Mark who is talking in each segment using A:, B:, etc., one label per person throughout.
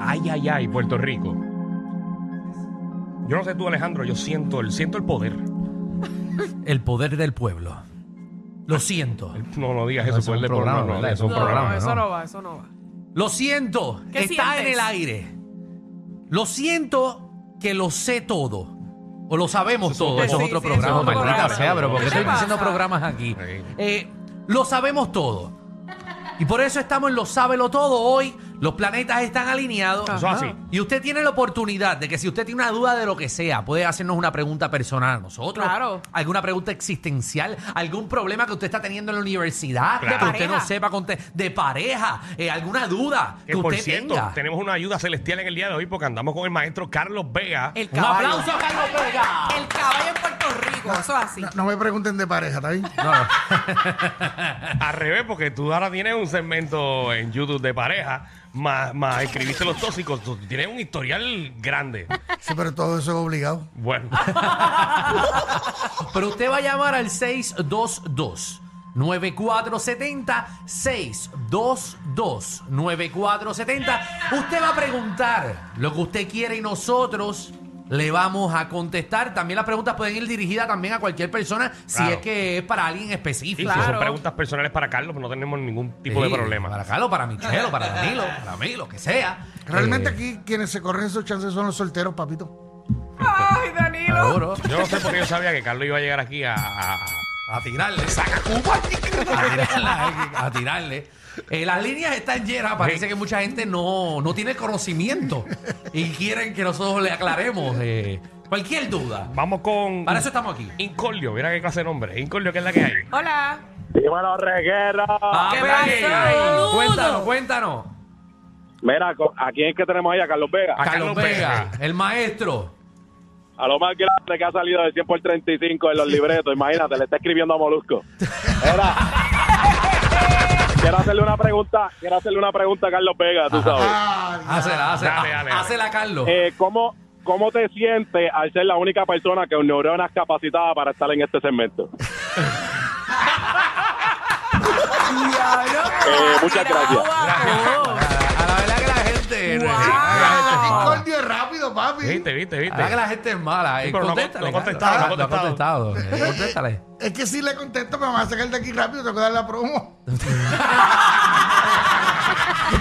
A: Ay, ay, ay, Puerto Rico. Yo no sé tú, Alejandro, yo siento el, siento el poder.
B: El poder del pueblo. Lo siento.
A: No, no digas
B: No,
A: eso,
B: eso es
A: poder
B: un
A: del
B: programa,
A: pueblo, no,
B: ¿verdad?
A: eso es un
B: No,
A: programa.
B: ¿no?
C: eso no va, eso no va.
B: Lo siento.
C: ¿Qué
B: Está en
C: sientes?
B: el aire. Lo siento que lo sé todo. O lo
A: Eso
B: sabemos
A: es
B: todo.
A: otro-
B: Eso es
A: Sí,
B: otro
C: sí,
B: programa.
C: eso es otro
B: maldita
C: programa.
B: sea, pero ¿por qué
C: ¿Qué te
B: estoy diciendo
C: pasa?
B: programas aquí?
A: Sí.
B: Eh, lo sabemos todo. Y por eso estamos en Lo Sábelo Todo hoy. Los planetas están alineados.
A: Eso es así.
B: Y usted tiene la oportunidad de que si usted tiene una duda de lo que sea, puede hacernos una pregunta personal a nosotros.
C: Claro.
B: Alguna pregunta existencial, algún problema que usted está teniendo en la
A: Claro.
B: universidad, que
C: De
B: usted no
C: pareja.
B: sepa conte- de pareja, eh, alguna duda que,
A: Que por
B: usted
A: cierto,
B: tenga.
A: tenemos una ayuda celestial en el día de hoy porque andamos con el maestro Carlos Vega.
C: El
B: Un
C: caballo.
B: aplauso a Carlos Vega.
C: El caballo en Puerto Rico, eso es así.
D: No, no me pregunten de pareja, ¿está bien?
B: No, no.
A: Al revés, porque tú ahora tienes un segmento en YouTube de pareja, más, más escribiste los tóxicos, tú tienes un historial grande.
D: Sí, pero todo eso es obligado.
A: Bueno,
B: Ah, Pero usted va a llamar al 622. 9470 622 9470 Usted va a preguntar lo que usted quiere y nosotros le vamos a contestar. También las preguntas pueden ir dirigidas también a cualquier persona si
A: Claro.
B: es que es para alguien específico.
A: y si son
C: Claro.
A: preguntas personales para Carlos, pues no tenemos ningún tipo de
B: Sí,
A: problema.
B: Para Carlos, para Michelo, para Danilo, para mí, lo que sea.
D: Realmente
B: Eh,
D: aquí quienes se corren esos chances son los solteros, papito.
C: Ay, Danilo.
B: seguro.
A: Yo no sé por qué yo sabía que Carlos iba a llegar aquí a. a- a-
B: A tirarle. Saca A tirarle. A tirarle. Eh, las líneas están llenas. Parece que mucha gente no, no tiene conocimiento y quieren que nosotros le aclaremos eh, cualquier duda.
A: Vamos con.
B: Para eso estamos aquí.
A: Incolio, mira qué clase de nombre. Incolio, ¿qué es la que hay?
C: Hola.
E: Dímelo, reguero.
B: Ah,
C: ¿Qué
B: pero aquí
C: pasó,
B: hay.
C: boludo?
B: Cuéntanos, cuéntanos.
E: Mira, co- ¿a quién es que tenemos ahí? A Carlos Vega.
A: A
B: Carlos
A: Carlos
B: Vega,
A: Vega.
B: el maestro.
E: A lo más grande que ha salido del 100 por 35 en los libretos. Imagínate, le está escribiendo a Molusco. Mira. quiero hacerle una pregunta. Quiero hacerle una pregunta a Carlos Vega, tú sabes.
D: Ah,
B: Hácela, hácela.
A: Dale, dale, dale.
B: Hácela, Carlos.
E: Eh, ¿cómo, ¿Cómo te sientes al ser la única persona con neuronas capacitadas para estar en este segmento?
C: Diablo,
E: Eh, muchas
C: tirado
E: gracias.
C: abajo.
B: A a la verdad que la gente.
C: Wow.
B: La gente es mala.
D: Incordio es rápido, papi.
A: Viste, viste,
B: La verdad Ah, que
A: viste.
B: la gente es
A: Sí,
B: mala. Eh,
A: pero no ha
B: contéstale,
A: contestado,
B: Carlos.
A: no ha contestado.
B: No ha contestado. Eh, Contéstale.
D: Es que si le contesto, me van a sacar de aquí rápido, tengo que dar la promo.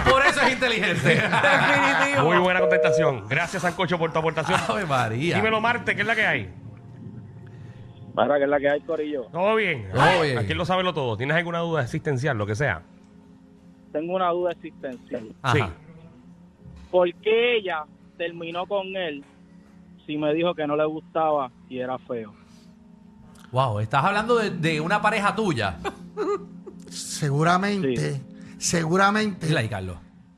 B: Por eso es inteligente.
C: Definitivo.
A: Muy buena contestación. Gracias, Sancocho, por tu aportación.
B: Ave María.
A: Dímelo, Marte, ¿qué es la que hay?
E: Para que es la que hay, Corillo.
A: Todo bien. Ah,
B: Todo bien.
A: Aquí lo sabe lo todo. ¿Tienes alguna duda existencial, lo que sea?
F: tengo una duda existencial.
B: Ajá.
A: Sí.
F: ¿Por qué ella terminó con él si me dijo que no le gustaba y era feo?
B: Wow, estás hablando de, de una pareja tuya.
D: Seguramente, seguramente,
B: Dile ahí, Carlos.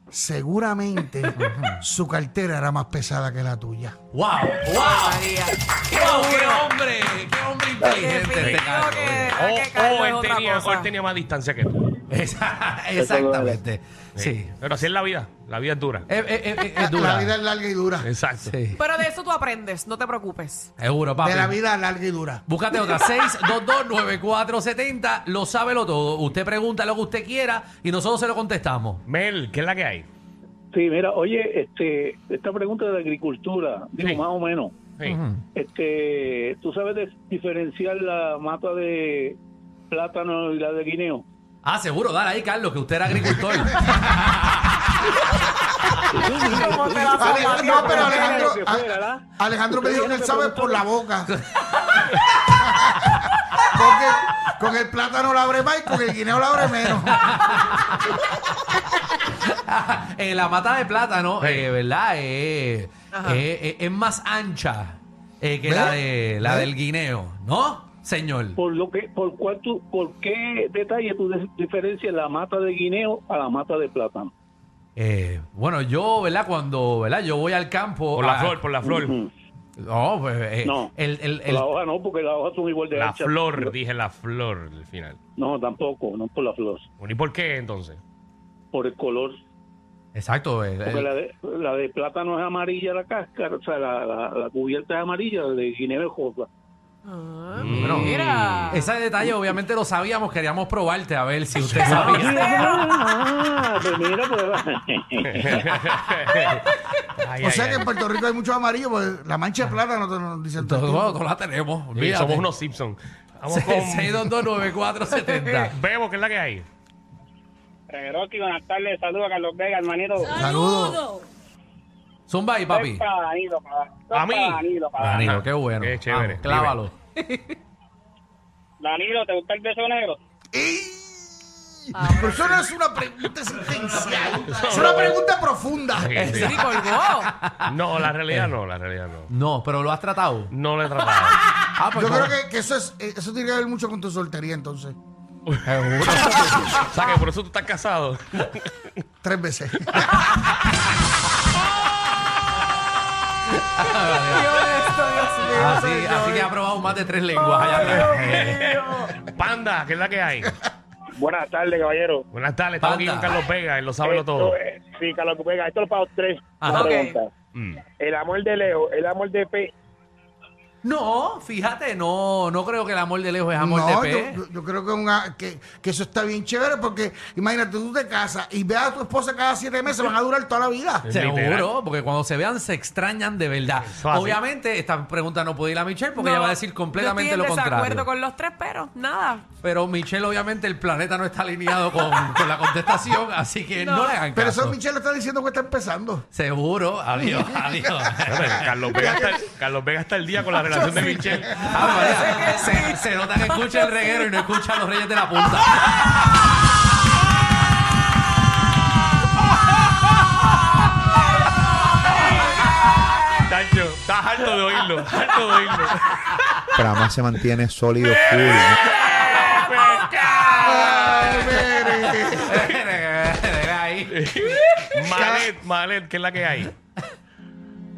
D: seguramente su cartera era más pesada que la tuya.
B: Wow, wow.
C: María.
B: Qué, qué hombre, qué hombre inteligente este
C: Definitivo
B: Carlos.
C: que-
A: O,
C: Ah, que Carlos
A: o
C: es
A: Oh, él
C: otra
A: tenía,
C: cosa.
A: o él tenía más distancia que tú.
B: Esa- exactamente. Sí.
A: Pero así es la vida. La vida es dura.
B: Es, es- es- es
D: La-
B: dura.
D: La vida es larga y dura.
A: Exacto.
B: Sí.
C: Pero de eso tú aprendes, no te preocupes.
B: Seguro, papi.
D: De la vida larga y dura.
B: Búscate otra. 6229470. Lo sabe lo todo. Usted pregunta lo que usted quiera y nosotros se lo contestamos.
A: Mel, ¿qué es la que hay?
G: Sí, mira, oye, este, esta pregunta de agricultura, digo,
A: Sí.
G: más o menos,
A: Sí.
B: Ujú.
G: este, ¿tú sabes de- diferenciar la mata de plátano y la de guineo?
B: Ah, seguro, dale ahí, Carlos, que usted era agricultor.
C: ¿Cómo te la
D: Vale,
C: zumbaste?
D: no, pero
G: Porque
D: Alejandro,
G: que fuera, ¿verdad?
D: a- Alejandro me dijo que él
G: Ustedes
D: sabe
G: no te
D: por la boca. Porque con el plátano la abre más y con el guineo la abre menos.
B: Eh, la mata de plátano,
A: Sí.
B: eh, ¿verdad? Eh,
C: Ajá.
B: eh, eh, es más ancha eh, que
D: ¿Ve?
B: la, de, la
D: ¿Ve?
B: del guineo, ¿no, señor?
G: Por lo que, por cuál tú- por qué detalle tú des- diferencias la mata de guineo a la mata de plátano.
B: Eh, bueno, yo, ¿verdad? Cuando, ¿verdad? Yo voy al campo.
A: Por la
B: a-
A: flor, por la flor.
G: Ujú.
B: No, pues, eh,
G: No.
B: El, el- el-
G: La hoja no, porque las hojas son igual de
A: La
G: anchas.
A: flor, dije la flor al final.
G: No, tampoco, no por la flor,
A: Bueno, ¿Y por qué entonces?
G: por el color.
B: exacto. el- el-
G: Porque la de, la de plátano es amarilla la cáscara, o sea, la, la- la cubierta es amarilla, la de guineo es roja.
C: Ah,
A: Mm.
B: Bueno,
C: mira.
B: Ese detalle obviamente lo sabíamos, queríamos probarte a ver si usted sabía.
G: Ah, pues mira, pues.
A: Ay,
D: O
A: ay, ay.
D: sea
B: pues,
D: que en Puerto Rico hay mucho amarillo, pues la mancha de plata no te lo dicen
B: Todo,
D: todo.
B: todo la tenemos.
A: Sí,
B: olvídate.
A: somos unos Simpsons. Vamos con
B: 6229470.
A: Bebo, que es la que hay.
F: Rocky, buenas tardes. Saludos a Carlos Vega, hermanito.
D: Saludos.
B: Zumba ahí, papi.
F: Para Danilo, para,
A: ¿A mí?
F: para Danilo, para-
B: Danilo,
A: Ajá.
B: qué bueno.
A: Qué chévere.
B: Vamos, clávalo.
F: Danilo, ¿te gusta el beso negro?
D: ¡Ey! Pero eso no es una pregunta existencial. Es una pregunta profunda.
A: Sí, sí.
C: Sí, colgó.
A: No, la realidad no, la realidad no.
B: No, pero lo has tratado.
A: No le he tratado.
B: Ah, pues
D: Yo creo
B: como-
D: que, que eso es, eh, eso tiene que ver mucho con tu soltería entonces.
A: O sea, que por eso tú estás casado.
D: Tres veces.
B: Así, así que ha probado más de tres lenguas allá atrás.
A: Panda, que es la que hay.
E: Buenas tardes, caballero.
A: Buenas tardes, estamos aquí
B: Panda.
A: con Carlos Vega, él lo sabe lo
E: Esto
A: todo.
G: Pues,
E: es- sí, Carlos Vega, esto es para los tres.
B: Ajá.
E: Una
C: Ok.
E: pregunta.
A: Mm.
E: El amor de Leo, el amor de P.
B: No, fíjate, no, no creo que el amor de lejos es amor de
D: no,
B: pe.
D: yo, yo- yo creo que, una- que, que eso está bien chévere porque imagínate, tú te casas y ves a tu esposa cada siete meses, van a durar toda la vida.
B: Seguro,
A: Literal.
B: porque cuando se vean se extrañan de verdad.
A: Eso así.
B: Obviamente, esta pregunta no puede ir a Michelle porque ella va a decir completamente
C: yo
B: lo
C: estoy en
B: contrario.
C: desacuerdo con los tres, pero nada.
B: Pero Michelle, obviamente, el planeta no está alineado con, con la contestación, así que no,
C: No.
B: le hagan
D: Pero
B: caso.
D: eso Michelle está diciendo que está empezando.
B: Seguro, adiós, adiós.
A: Espérate, Carlos Vega, está, Carlos Vega está el día con la relación de Michelle.
B: Ah, María, se, se nota que escucha el reguero y no escucha a los reyes de la punta.
A: Tacho, estás harto de oírlo, harto de oírlo.
H: Trama se mantiene sólido, full. ¿eh? ¿no?
D: Ay, mire.
B: Era ahí.
A: Malet, Malet, que es la que hay.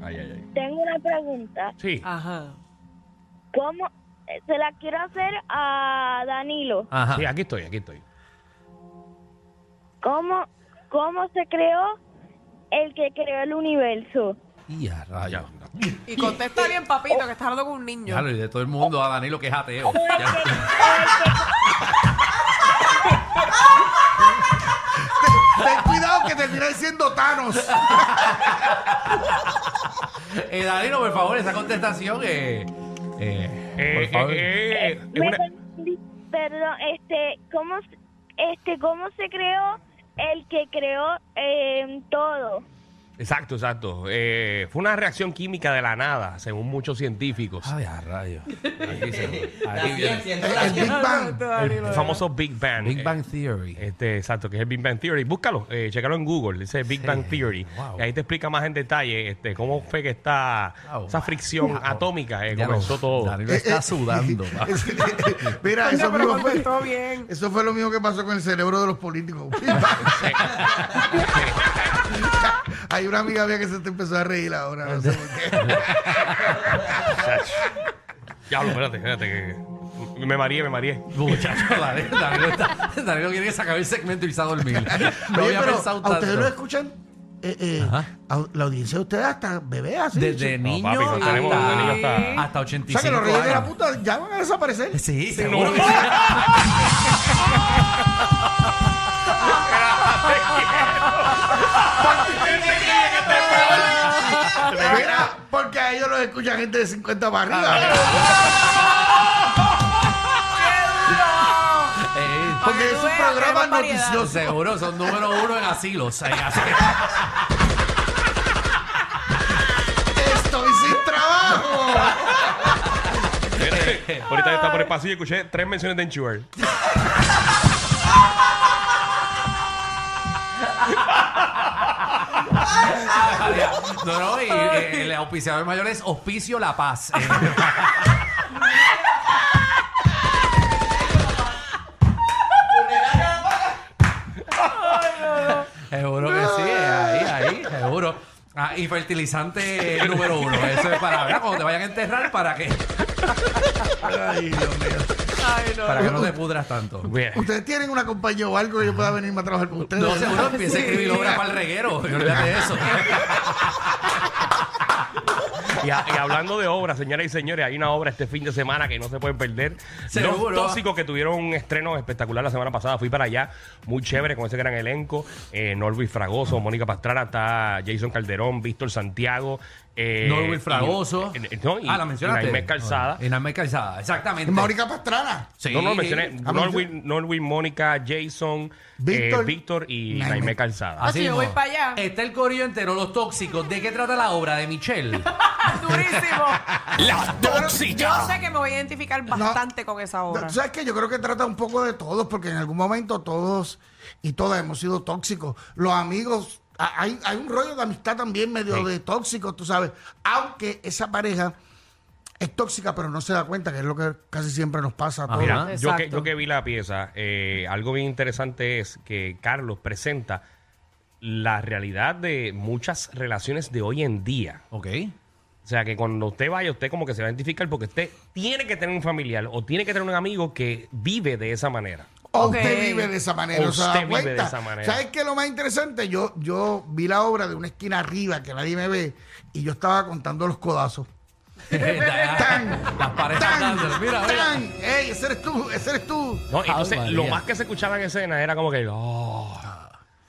A: Ay, ay, ay.
I: Tengo una pregunta.
A: Sí.
C: Ajá.
I: ¿Cómo? eh, Se la quiero hacer a Danilo.
B: Ajá.
A: Sí, aquí estoy, aquí estoy.
I: ¿Cómo, ¿Cómo se creó el que creó el universo?
B: Y a rayos.
A: Ya.
C: Y contesta bien, papito, que estás hablando con un niño.
B: Ya lo de todo el mundo a Danilo que es ateo. Ya.
D: Ten cuidado que termina diciendo Thanos.
B: Eh, Danilo, por favor, esa contestación. Eh, eh,
A: Eh,
B: por favor.
A: eh, eh, eh, es
I: Me
A: una-
I: confundí. Perdón, este, ¿cómo, se- este, ¿cómo se creó el que creó eh, todo?
A: Exacto, exacto. Eh, fue una reacción química de la nada, según muchos científicos.
B: Ay, a rayos. Aquí se- aquí viene.
D: El, el Big Bang.
A: El famoso Big Bang.
B: Big
A: Eh,
B: Bang Theory.
A: Este, exacto, que es el Big Bang Theory. Búscalo, eh, chécalo en Google, dice Big Bang Theory.
B: wow.
A: Y ahí te explica más en detalle este, cómo fue que esta,
B: Wow.
A: esa fricción
B: Wow.
A: atómica eh,
B: Ah, Ya
A: comenzó
B: lo-
A: todo.
B: Danilo está sudando. va.
D: Mira,
C: Coño,
D: eso
C: pero
D: mismo fue,
C: contestó bien.
D: eso fue lo mismo que pasó con el cerebro de los políticos. Hay una amiga mía que se te empezó a reír ahora. No sé por qué.
A: Ya, hablo, espérate, espérate. que- me mareé, me mareé.
B: Muchacho, Danilo, Danilo está- Danilo quiere que se acabe el segmento y se va a dormir. No
D: Oye,
B: había
D: pero
B: pensado
D: a ustedes lo
B: tanto.
D: escuchan. eh, eh,
B: Ajá.
D: a- la audiencia de ustedes hasta bebé así.
B: Desde
A: No,
B: niño
A: papi, no tenemos-
B: hasta,
A: Danilo está-
B: hasta
D: o
B: 85
D: sea que los reyes de la
B: años.
D: puta ya van a desaparecer.
B: Sí,
A: No.
B: seguro. que sí.
D: Mira, porque a ellos los escucha gente de 50 para
B: Ah.
D: arriba.
B: Eh,
D: Porque es
C: tú
D: un
C: veas,
D: programa
C: tenemos variedad.
D: noticioso.
B: Seguro, son número uno en asilos. Ahí, así que-
D: Estoy sin trabajo.
A: Espérate, Ahorita yo estaba por el pasillo y escuché tres menciones de Enchuber.
B: No, no, y eh, el auspiciador mayor es Hospicio La Paz. Eh, seguro que sí, eh, ahí, ahí, seguro. Ah, y fertilizante eh, número uno. Eso es para ¿verdad? cuando te vayan a enterrar para que,
C: Ay, no.
B: para que no te pudras tanto.
A: Bien.
D: Ustedes tienen una compañía o algo que yo pueda venirme a trabajar con ustedes.
B: No, seguro empieza a escribir
C: Sí.
B: obra para el reguero. Olvídate de eso.
A: Y, a- y hablando de obras, señoras y señores, hay una obra este fin de semana que no se pueden perder.
B: Seguro.
A: Los Tóxicos que tuvieron un estreno espectacular la semana pasada. Fui para allá, muy chévere con ese gran elenco. Eh, Norby Fragoso, Mónica Pastrana, está Jason Calderón, Víctor Santiago. Eh,
B: Norwin Fragoso.
A: y- eh, no, y-
B: ah, la mencionaste.
A: y Naimés Calzada.
B: En Calzada, exactamente.
D: Maurica Pastrana.
B: Sí.
A: No, no, mencioné
D: Ah,
A: Norwin, Norwin, Mónica, Jason, Víctor,
D: Víctor.
A: Víctor y
D: Naimé.
A: Naimé Calzada.
C: Ah, sí, yo
B: mismo.
C: voy para allá.
B: Está el corillo entero, los tóxicos. ¿De qué trata la obra de Michelle?
C: Durísimo.
A: ¡La
C: Yo sé que me voy a identificar bastante con esa obra.
D: ¿Tú sabes qué? Ah. Yo creo que trata un poco de todos, porque en algún momento todos y todas hemos sido tóxicos. Los amigos, a- hay, hay un rollo de amistad también medio de tóxico, tú sabes. Aunque esa pareja es tóxica, pero no se da cuenta, que es lo que casi siempre nos pasa a todos.
B: Mira,
A: Mira, yo que,
C: Exacto.
A: yo que vi la pieza, eh, algo bien interesante es que Carlos presenta la realidad de muchas relaciones de hoy en día.
B: ok.
A: O sea, que cuando usted vaya, usted como que se va a identificar porque usted tiene que tener un familiar o tiene que tener un amigo que vive de esa manera.
D: O
C: Ok.
D: usted vive de esa manera.
A: O
D: o se da
A: usted vive de
D: cuenta.
A: esa manera.
D: ¿Sabes qué es lo más interesante? Yo, yo vi la obra de una esquina arriba que nadie me ve y yo estaba contando los codazos. Tan,
B: Las parejas
D: tan,
B: dándose. Mira, mira.
D: tan. Ey, ese eres tú, ese eres tú.
A: No, entonces,
B: María.
A: lo más que se escuchaba en escena era como que. "Oh".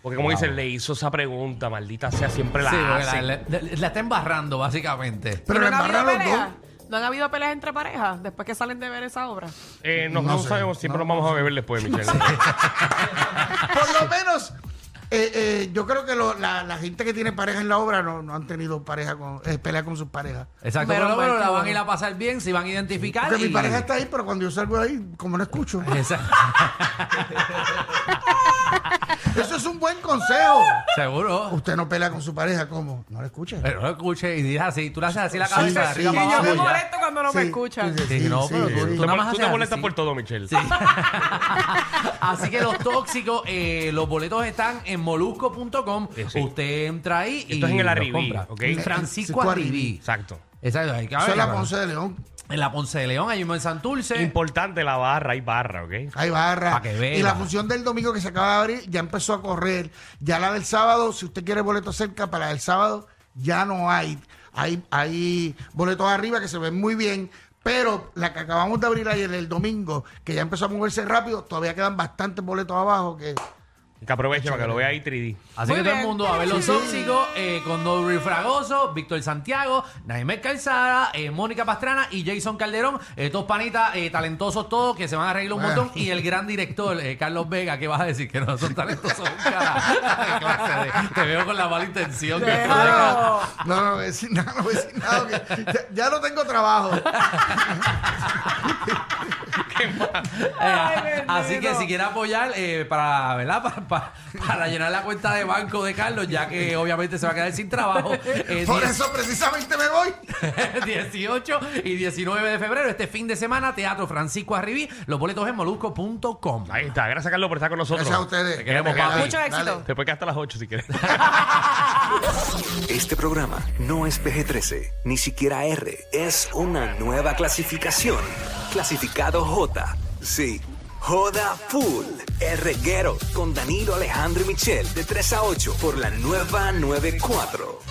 A: porque como dicen, le hizo esa pregunta, maldita sea, siempre la
B: Sí, porque
A: hace.
B: la, la- la- la está embarrando, básicamente.
D: Pero
C: ¿Y
D: le
C: no han habido
D: embarran los dos.
C: peleas? ¿No han habido peleas entre parejas después que salen de ver esa obra?
A: Eh, no,
D: No
A: no
D: sé,
A: sabemos, siempre
D: no,
A: nos vamos a beber después, Michelle.
D: Por lo menos, eh, eh, yo creo que lo- la, la gente que tiene pareja en la obra no, no han tenido pareja con, eh, pelea con sus parejas.
B: Exacto,
C: Pero
B: pero,
C: mal
B: bueno, la
C: que
B: van
C: no.
B: a ir a pasar bien, se van a identificar.
D: Porque mi
B: y-
D: pareja está ahí, pero cuando yo salgo de ahí, como no escucho.
B: Exacto.
D: Eso es un buen consejo.
B: Seguro.
D: Usted no pelea con su pareja, ¿cómo? No la escucha.
B: Pero no escuche y dices así, tú le haces así la
D: Sí,
B: cabeza de
D: sí,
B: arriba
D: sí,
B: para
C: Y yo
B: abajo
C: me
B: y ya.
C: molesto cuando no me escuchan.
B: Sí, no, pero tú-
A: Tú,
B: nada
A: te-
B: más
A: tú te
B: haces
A: molestas
B: así.
A: por todo, Michelle.
B: Así que los tóxicos, eh, los boletos están en molusco.com.
A: Sí, sí.
B: Usted entra ahí y
A: Esto es en el
B: los
A: Arribí,
B: compra.
A: ¿ok?
B: Francisco
D: Francisco
B: Arribí.
A: Exacto.
B: Exacto. hay que
D: Eso es
B: ver,
D: la
B: ¿no?
D: Ponce de León.
B: En la Ponce de León, hay uno en
D: Este-
B: Santurce.
A: Importante la barra, hay barra, ¿ok?
D: Hay barra.
B: Pa' que vea.
D: Y la función del domingo que se acaba de abrir ya empezó a correr. Ya la del sábado, si usted quiere boleto cerca para la del sábado, ya no hay. Hay, hay boletos arriba que se ven muy bien. Pero la que acabamos de abrir ayer, el domingo, que ya empezó a moverse rápido, todavía quedan bastantes boletos abajo. que
A: Que aproveche para que lo vea ahí 3D.
B: Así
C: Muy
B: que todo el
C: bien.
B: mundo a ver los tóxicos eh, con Nobri Fragoso, Víctor Santiago, Naime Calzada, eh, Mónica Pastrana y Jason Calderón. Estos panitas eh, talentosos todos que se van a reír un
D: Bueno.
B: montón. Y el gran director, eh, Carlos Vega, que vas a decir que no son talentosos. un carajo. Qué clase de- te veo con la mala intención. que tú tengas.
C: Déjalo.
D: No, no, no voy a decir nada, no voy a decir nada. que ya, ya no tengo trabajo.
B: Eh,
C: Ay, bendito.
B: Así que si quiere apoyar eh, para, ¿verdad? Pa- pa- para llenar la cuenta de banco de Carlos, ya que obviamente se va a quedar sin trabajo. eh,
D: Por
B: 10
D: eso precisamente me voy.
B: 18 y 19 de febrero, este fin de semana, Teatro Francisco Arribí, los boletos en molusco.com.
A: Ahí está. Gracias, Carlos, por estar con nosotros.
D: Gracias a ustedes.
A: Te queremos,
D: Dale,
A: papi.
C: Mucho
D: dale.
C: éxito.
A: Te puedes quedar hasta las 8 si quieres.
J: Este programa no es PG-13, ni siquiera R. Es una nueva clasificación. Clasificado J. Sí. Joda Full. El reguero con Danilo Alejandro y Michel de 3 a 8 por la nueva 94.